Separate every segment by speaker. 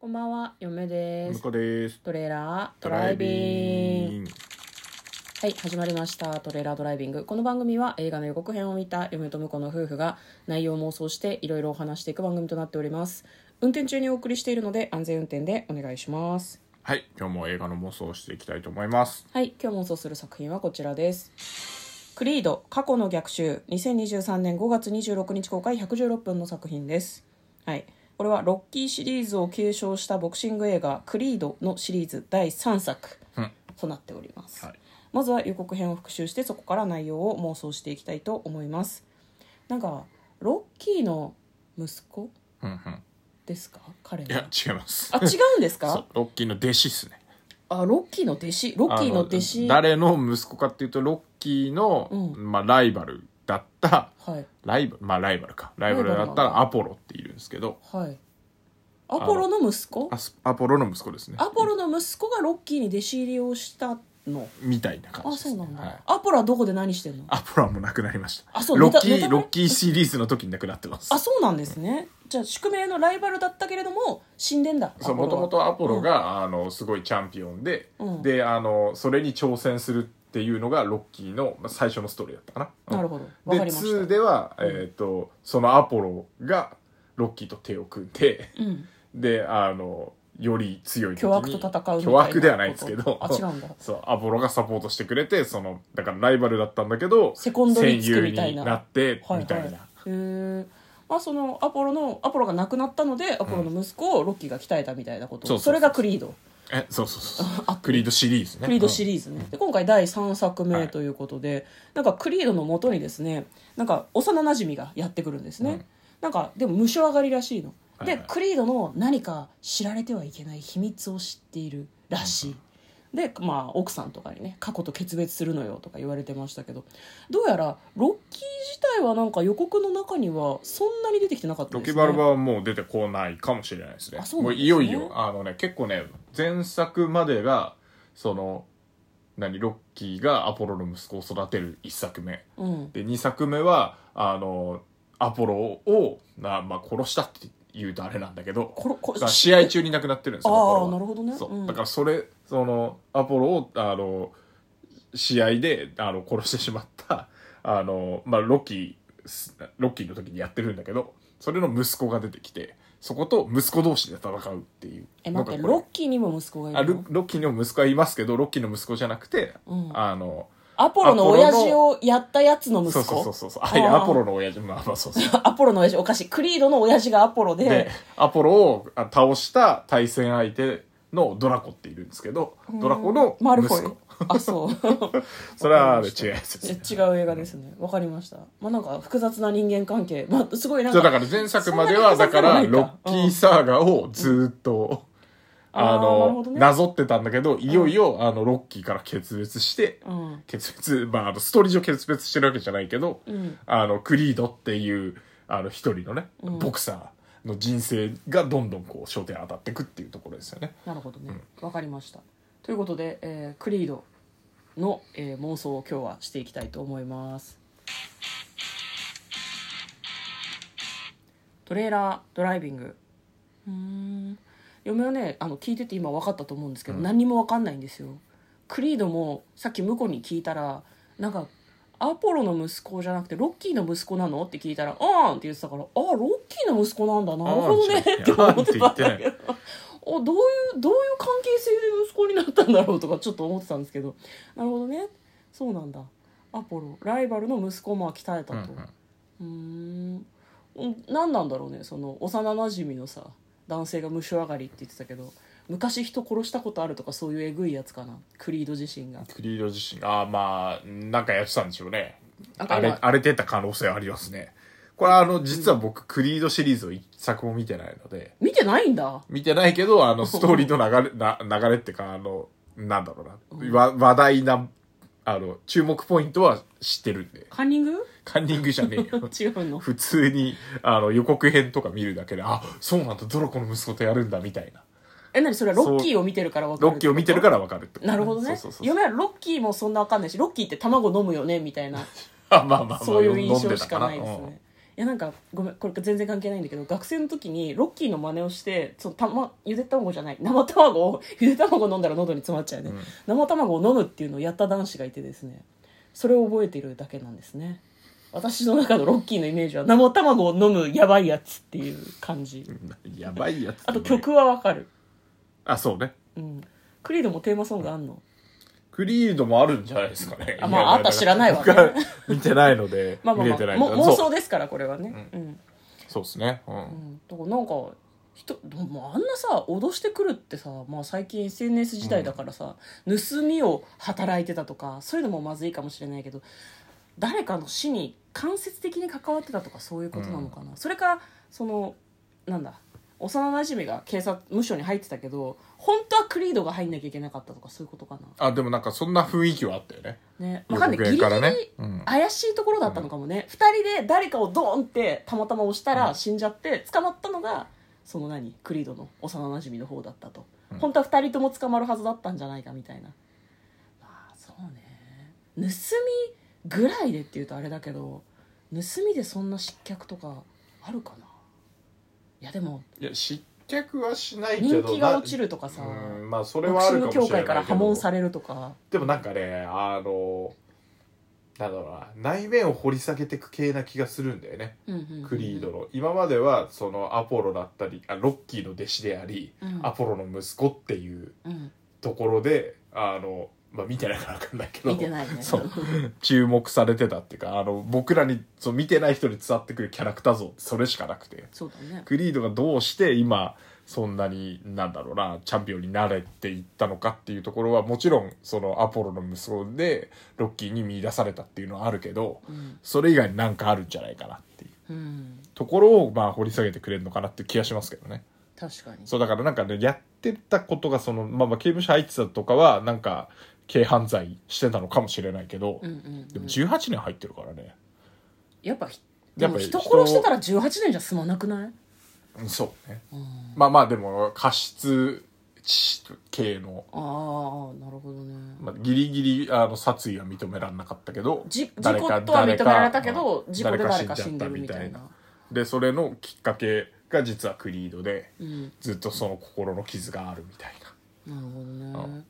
Speaker 1: こんばんは、嫁で
Speaker 2: 向
Speaker 1: す
Speaker 2: こ。うです。
Speaker 1: トレーラードライビング。
Speaker 2: ング。
Speaker 1: はい、始まりました。トレーラードライビング。この番組は映画の予告編を見た嫁と婿の夫婦が内容を妄想していろいろお話していく番組となっております。運転中にお送りしているので安全運転でお願いします。
Speaker 2: はい、今日も映画の妄想をしていきたいと思います。
Speaker 1: はい、今日妄想する作品はこちらです。クリード過去の逆襲2023年5月26日公開116分の作品です。はい、これはロッキーシリーズを継承したボクシング映画クリードのシリーズ第3作
Speaker 2: うん
Speaker 1: となっております。
Speaker 2: はい
Speaker 1: まずは予告編を復習してそこから内容を妄想していきたいと思います。なんかロッキーの息子
Speaker 2: うんうん。
Speaker 1: ですか？彼
Speaker 2: いや
Speaker 1: は。、
Speaker 2: 違います。
Speaker 1: あ、違うんです
Speaker 2: そう
Speaker 1: か？
Speaker 2: ロッキーの弟子っすね。
Speaker 1: あ、ロッキーの弟子、ロッキーの弟
Speaker 2: あ
Speaker 1: 子。
Speaker 2: の誰の息子かっていうと、ロッキーの、
Speaker 1: う
Speaker 2: まあ、ライバルだった、
Speaker 1: はい。
Speaker 2: ライバル、まあ、ライバルか。ライバルだっ
Speaker 1: ライバル
Speaker 2: たアポロっているんですけど、
Speaker 1: はい。アポロの息子
Speaker 2: アスアポロの息子ですね。
Speaker 1: アポロの息子がロッキーに弟子入りをしたの。
Speaker 2: みたいな感
Speaker 1: あ、
Speaker 2: じで
Speaker 1: そう
Speaker 2: す、
Speaker 1: な
Speaker 2: ね。
Speaker 1: んだ。
Speaker 2: はい
Speaker 1: アポロはどこで何してんの
Speaker 2: アポロはもうなくなりました。
Speaker 1: あそうネ
Speaker 2: ロッ
Speaker 1: タ
Speaker 2: キ
Speaker 1: ネタ
Speaker 2: ー、
Speaker 1: バレ
Speaker 2: ロッキーシリーズの時になくなってます
Speaker 1: あ、。そうなんですね。じゃあ、宿命のライバルだったけれども、死んでんだ。
Speaker 2: そう
Speaker 1: アポ
Speaker 2: も
Speaker 1: ロ
Speaker 2: と
Speaker 1: は
Speaker 2: もとアポロが、あのすごいチャンピオンで、
Speaker 1: うん
Speaker 2: であのそれに挑戦するっていうのがロッキーのまあ最初のストーリーだったかな。
Speaker 1: なる
Speaker 2: ほ
Speaker 1: ほど。
Speaker 2: で
Speaker 1: わかりま
Speaker 2: 2
Speaker 1: した。
Speaker 2: では、えー、とそのアポロがロッキーと手を組んで
Speaker 1: うん。
Speaker 2: であのより強い時に
Speaker 1: 巨悪と戦うみたいなこと。
Speaker 2: 巨悪ではないですけど
Speaker 1: あ、違うんだ。
Speaker 2: そうアポロがサポートしてくれてそのだからライバルだったんだけど
Speaker 1: セコンドにつくみたいな
Speaker 2: 戦友になって、
Speaker 1: はい
Speaker 2: みたい
Speaker 1: はい
Speaker 2: な。。
Speaker 1: へーまあ、そのアポロのアポロが亡くなったのでアポロの息子をロッキーが鍛えたみたいなこと、
Speaker 2: そうそうそ
Speaker 1: そ
Speaker 2: う
Speaker 1: れがクリード
Speaker 2: えそうそ うそうクリードシリーズね
Speaker 1: クリードシ
Speaker 2: リー
Speaker 1: リーズね、で今回第3作
Speaker 2: は
Speaker 1: 目
Speaker 2: い
Speaker 1: ということで、なんかクリードのもとにですねなんか幼なじみがやってくるんですね、
Speaker 2: うん
Speaker 1: なんかでも無償上がりらしいの、
Speaker 2: はいは
Speaker 1: で
Speaker 2: い
Speaker 1: クリードの何か知られてはいけない秘密を知っているらしい、でまあ奥さんとかにね過去と決別するのよとか言われてましたけどどうやらロッキー自体はなんか予告の中にはそんなに出てきてなかった
Speaker 2: ロ
Speaker 1: んで
Speaker 2: キ
Speaker 1: す
Speaker 2: バルバはもう出てこないかもしれないですね。
Speaker 1: あそうなんで
Speaker 2: もう
Speaker 1: すね
Speaker 2: いよいよ、あのね、結構ね、前作までが、その、何、ロッキーがアポロの息子を育てる1作目。
Speaker 1: うん、
Speaker 2: で、2作目は、あの、アポロを、なまあ、殺したって言うとあれなんだけど、
Speaker 1: これこ
Speaker 2: だから試合中に亡くなってるんですよ、アポロ
Speaker 1: ああ
Speaker 2: は
Speaker 1: なるほどね
Speaker 2: そう、
Speaker 1: うん
Speaker 2: だからそれ、その、アポロを、あの、試合で、あの、殺してしまった、 あの、まあ、ロッキー、ロッキーの時にやってるんだけど、それの息子が出てきて、そこと息子同士で戦うっていう。
Speaker 1: え待って
Speaker 2: なんかこれ
Speaker 1: ロッキーにも息子がい
Speaker 2: あ
Speaker 1: る
Speaker 2: ロ
Speaker 1: の
Speaker 2: ロッキーの息子はいますけど、ロッキーの息子じゃなくて、
Speaker 1: うん
Speaker 2: あの、
Speaker 1: アポロの親父をやったやつの息
Speaker 2: そ
Speaker 1: 子
Speaker 2: うそうそうそうそう、あいや
Speaker 1: あー
Speaker 2: アポロの親父、まあまあそうそう。
Speaker 1: アポロの親父おかしいクリードの親父がアポロで
Speaker 2: で、アポロをあ倒した対戦相手のドラコっているんですけど、ドラコの
Speaker 1: マル
Speaker 2: 息
Speaker 1: フォイ
Speaker 2: 子。
Speaker 1: あそう
Speaker 2: それは
Speaker 1: わかり
Speaker 2: 違
Speaker 1: ま
Speaker 2: い
Speaker 1: した
Speaker 2: ですね。
Speaker 1: 違う映画ですねわかりましたまあなんか複雑な人間関係まあすごいなん
Speaker 2: そうだ
Speaker 1: か
Speaker 2: から前作までは
Speaker 1: そんな
Speaker 2: だ
Speaker 1: に
Speaker 2: か
Speaker 1: 複雑な
Speaker 2: ら
Speaker 1: のないか
Speaker 2: ロッキーサーガをずーっと、
Speaker 1: うん
Speaker 2: あ
Speaker 1: あーなるほ
Speaker 2: の
Speaker 1: どね
Speaker 2: なぞってたんだけどいよいよあのロッキーから決別して、
Speaker 1: うん
Speaker 2: 決別まああのストーリー上決別してるわけじゃないけど、
Speaker 1: うん
Speaker 2: あのクリードっていうあの一人のね、
Speaker 1: うん
Speaker 2: ボクサーの人生がどんどんこう焦点当たってくっていうところですよね。
Speaker 1: なるほどねわかりましたということで、えークリードの、えー妄想を今日はしていきたいと思いますトレーラードライビングうーん嫁はねあの聞いてて今分かったと思うんですけど、
Speaker 2: うん
Speaker 1: 何にも分かんないんですよクリードもさっき向こうに聞いたらなんかアポロの息子じゃなくてロッキーの息子なのって聞いたら「うん」って言ってたから「ああロッキーの息子なんだななるほどね」
Speaker 2: うん
Speaker 1: って思ってたんだ
Speaker 2: うんって
Speaker 1: け
Speaker 2: 言
Speaker 1: どおどういうどういう関係性で息子になったんだろうとかちょっと思ってたんですけどなるほどねそうなんだアポロライバルの息子も鍛えたと、うー
Speaker 2: うんうん
Speaker 1: ん何なんだろうねその幼なじみのさ男性が無償上がりって言ってたけど昔人殺したことあるとかそういうえぐいやつかなクリード自身が
Speaker 2: クリード自身があーまあなんかやってたんでしょうね
Speaker 1: なんか
Speaker 2: 荒れ
Speaker 1: 今
Speaker 2: 荒れてた可能性ありますねこれあの実は僕、クリードシリーズを一作も見てないので
Speaker 1: 見てないんだ
Speaker 2: 見てないけどあのストーリーの流れ な流れってかあのなんだろう
Speaker 1: うん
Speaker 2: なわ話題なあの注目ポイントは知ってるんで
Speaker 1: カンニング
Speaker 2: カンニングじゃねえよ
Speaker 1: 違うの
Speaker 2: 普通にあの予告編とか見るだけであそうなんだドラコの息子とやるんだみたいな
Speaker 1: え何それはロッキーを見てるから分かる
Speaker 2: ロッキーを見てるからわかるってこと
Speaker 1: なるほどね
Speaker 2: そうそうそう
Speaker 1: 嫁はロッキーもそんなわかんないしロッキーって卵飲むよねみたいな
Speaker 2: あまあまあまあ
Speaker 1: そういう印
Speaker 2: 飲ん
Speaker 1: 象
Speaker 2: で
Speaker 1: したかないです
Speaker 2: うん
Speaker 1: ね。やなんかごめんこれ全然関係ないんだけど学生の時にロッキーの真似をしてそのた、ま、ゆで卵じゃない生卵をゆで卵飲んだら喉に詰まっちゃうね、
Speaker 2: うん
Speaker 1: 生卵を飲むっていうのをやった男子がいてですねそれを覚えているだけなんですね私の中のロッキーのイメージは生卵を飲むやばいやつっていう感じ
Speaker 2: やばいやつ
Speaker 1: あと曲はわかる、
Speaker 2: あそうね
Speaker 1: うん、クリードもテーマソングあんの
Speaker 2: クリードもあるんじゃないですかね
Speaker 1: あまあ
Speaker 2: いや
Speaker 1: あった知らないわね
Speaker 2: 僕は 見てないので
Speaker 1: まあまあ、
Speaker 2: 見
Speaker 1: ま
Speaker 2: れてな
Speaker 1: あ、
Speaker 2: いんだ
Speaker 1: も妄
Speaker 2: そう
Speaker 1: 想ですからこれはねうん、
Speaker 2: そうですねうん、
Speaker 1: うん、だからなんか人でもあんなさ脅してくるってさ、まあ、最近 SNS 時代だからさ、盗みを働いてたとかそういうのもまずいかもしれないけど誰かの死に間接的に関わってたとかそういうことなのかな、それかそのなんだ幼なじみが警察無所に入ってたけど本当はクリードが入んなきゃいけなかったとかそういうことか
Speaker 2: あでもなんかそんな雰囲気はあったよね
Speaker 1: なねわかんないギリ
Speaker 2: 予告編
Speaker 1: ギ
Speaker 2: からね
Speaker 1: リ
Speaker 2: うん
Speaker 1: 怪しいところだったのかもね、二人で誰かをドーンってたまたま押したら死んじゃって捕まったのがその何クリードの幼なじみの方だったと、
Speaker 2: ん
Speaker 1: 本当は二人とも捕まるはずだったんじゃないかみたいなまあそうね盗みぐらいでっていうとあれだけど盗みでそんな失脚とかあるかないやでも
Speaker 2: いや失脚はしないけど
Speaker 1: 人気が落ちるとかさ
Speaker 2: うんまあそれ
Speaker 1: ボ
Speaker 2: は
Speaker 1: ク
Speaker 2: あ
Speaker 1: シン
Speaker 2: るか
Speaker 1: グ
Speaker 2: もしれ
Speaker 1: 協
Speaker 2: ない
Speaker 1: 会から
Speaker 2: け
Speaker 1: 破
Speaker 2: ど
Speaker 1: 門されるとか
Speaker 2: でもなんかねあのなんだろうな内面を掘り下げていく系な気がするんだよね
Speaker 1: うんうんうんうん
Speaker 2: クリードの今まではそのアポロだったりあロッキーの弟子であり、
Speaker 1: うん
Speaker 2: アポロの息子っていう
Speaker 1: うん
Speaker 2: ところであの、まあ、見てないから分かんないけど
Speaker 1: 見てないね
Speaker 2: そう注目されてたっていうかあの僕らにそう見てない人に伝わってくるキャラクター像ってそれしかなくて
Speaker 1: そうだね
Speaker 2: クリードがどうして今そんなになんだろうなチャンピオンになれていったのかっていうところはもちろんそのアポロの息子でロッキーに見出されたっていうのはあるけど
Speaker 1: うん
Speaker 2: それ以外になんかあるんじゃないかなってい
Speaker 1: う
Speaker 2: う
Speaker 1: ん
Speaker 2: ところをまあ掘り下げてくれるのかなって気がしますけどね。
Speaker 1: 確かに
Speaker 2: そうだからなんかねやってたことがそのまあまあ刑務所入ってたとかはなんか軽犯罪してたのかもしれないけど、
Speaker 1: うんうん
Speaker 2: で
Speaker 1: う
Speaker 2: も
Speaker 1: ん、
Speaker 2: 18年入ってるからね。
Speaker 1: やっぱひで
Speaker 2: やっ
Speaker 1: も
Speaker 2: ぱり
Speaker 1: 人殺してたら18年じゃ済まなくない、
Speaker 2: うんそうね。
Speaker 1: うん
Speaker 2: まあまあでも過失致死系の
Speaker 1: ああなるほどね、
Speaker 2: まあ、ギリギリあの殺意は認められなかったけど
Speaker 1: じ事
Speaker 2: 誰
Speaker 1: 故
Speaker 2: か
Speaker 1: とは認め
Speaker 2: 誰から
Speaker 1: れたけど
Speaker 2: うん
Speaker 1: 事故で誰か死ん
Speaker 2: じ
Speaker 1: で
Speaker 2: ゃっ
Speaker 1: るみたいな
Speaker 2: でそれのきっかけが実はクリードで
Speaker 1: うん
Speaker 2: ずっとその心の傷があるみたいな
Speaker 1: なるほどね、
Speaker 2: うん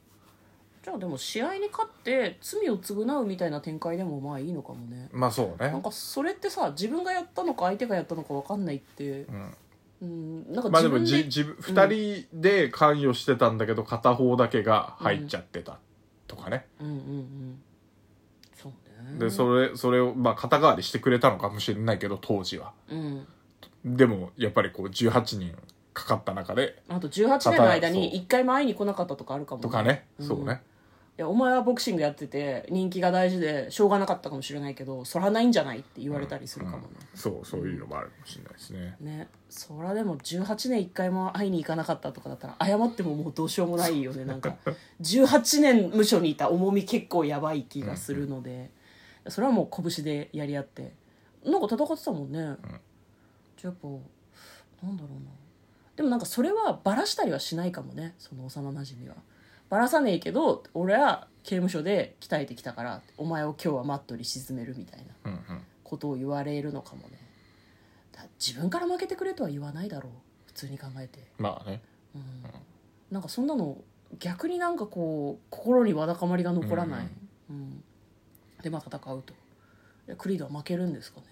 Speaker 1: じゃあでも試合に勝って罪を償うみたいな展開でもまあいいのかもね
Speaker 2: まあそう
Speaker 1: な
Speaker 2: ね
Speaker 1: んかそれってさ自分がやったのか相手がやったのか分かんないって
Speaker 2: うん、
Speaker 1: うんなんか
Speaker 2: まあ
Speaker 1: 自
Speaker 2: でも
Speaker 1: 分で,、
Speaker 2: じ自分2人で関与してたんだけど片方だけが入っちゃってたとかね、
Speaker 1: うんうんうんそうね
Speaker 2: でそれそれをまあ肩代わりしてくれたのかもしれないけど当時は
Speaker 1: うん
Speaker 2: でもやっぱりこう18人かかった中で
Speaker 1: あと18年の間に一回も会いに来なかったとかあるかもね
Speaker 2: とかね、
Speaker 1: うん
Speaker 2: そうね
Speaker 1: いやお前はボクシングやってて人気が大事でしょうがなかったかもしれないけどそらないんじゃないって言われたりするかもね、
Speaker 2: そうそういうのもあるかもしれないですね、
Speaker 1: ねそらでも18年一回も会いに行かなかったとかだったら謝ってももうどうしようもないよねなんか18年無所にいた重み結構やばい気がするので、それはもう拳でやり合ってなんか戦ってたもんね、じゃあやっぱなんだろうなでもなんかそれはバラしたりはしないかもねその幼なじみはバラさねえけど俺は刑務所で鍛えてきたからお前を今日はマットに沈めるみたいな
Speaker 2: うんうん
Speaker 1: ことを言われるのかもねだ自分から負けてくれとは言わないだろう普通に考えて
Speaker 2: まあね
Speaker 1: うん、なんかそんなの逆になんかこう心にわだかまりが残らない、うんでまあ戦うとでクリードは負けるんですかね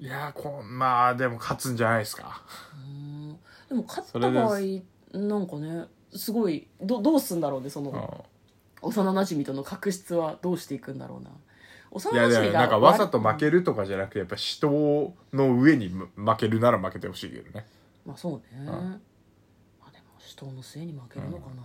Speaker 2: いやーこんまあでも勝つんじゃないですか
Speaker 1: うんでも勝った
Speaker 2: それで
Speaker 1: 場合なんかねすごいどどうすんだろうねその、幼なじみとの確執はどうしていくんだろうな
Speaker 2: うんい
Speaker 1: 幼
Speaker 2: や
Speaker 1: な
Speaker 2: で
Speaker 1: じみ
Speaker 2: も
Speaker 1: が
Speaker 2: なんかわざと負けるとかじゃなくてやっぱ人の上にむ負けるなら負けてほしいけどね
Speaker 1: まあそうね、
Speaker 2: ん
Speaker 1: まあでも死闘の末に負けるのかな、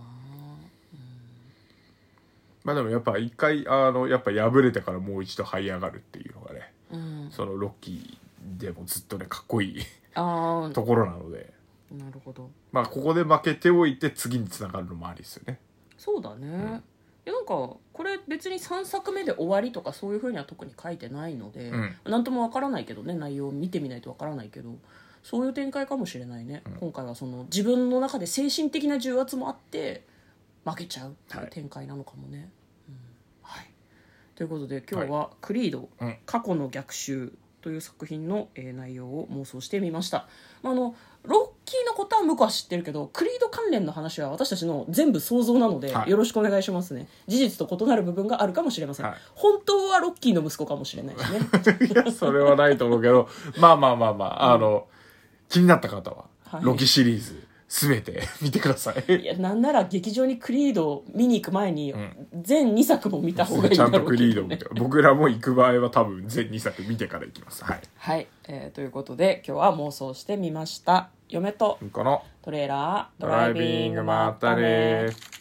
Speaker 2: まあでもやっぱ一回あのやっぱ敗れてからもう一度這い上がるっていうのがね
Speaker 1: うん、
Speaker 2: そのロッキーでもずっとねかっこいい
Speaker 1: ああ
Speaker 2: ところなので
Speaker 1: なるほど
Speaker 2: まあここで負けておいて次につながるのもありですよね
Speaker 1: そうだね、いやなんかこれ別に3作目で終わりとかそういうふうには特に書いてないので、
Speaker 2: うん
Speaker 1: なんともわからないけどね内容を見てみないとわからないけどそういう展開かもしれないね、今回はその自分の中で精神的な重圧もあって負けちゃうっていう展開なのかもね。うんはいということで今日は「クリード、
Speaker 2: うん
Speaker 1: 過去の逆襲という作品の、えー内容を妄想してみました、まあ、あのロッキーのことは向こうは知ってるけどクリード関連の話は私たちの全部想像なので、
Speaker 2: はい
Speaker 1: よろしくお願いしますね事実と異なる部分があるかもしれません、
Speaker 2: はい
Speaker 1: 本当はロッキーの息子かもしれないしね
Speaker 2: いや、それはないと思うけど、まあまあまあまあ、あの、気になった方は、
Speaker 1: はい
Speaker 2: ロキシリーズ、すべて見てください。
Speaker 1: いやなんなら劇場にクリードを見に行く前に、
Speaker 2: ん
Speaker 1: 全2作も見た方がいい
Speaker 2: ちゃ
Speaker 1: だ
Speaker 2: んと
Speaker 1: ろう
Speaker 2: ク
Speaker 1: けど、ね、
Speaker 2: リードを見て、僕らも行く場合は多分全2作見てから行きます。はい。
Speaker 1: はい、えーということで今日は妄想してみました嫁と
Speaker 2: この
Speaker 1: トレーラード
Speaker 2: ドライビング、まったねー。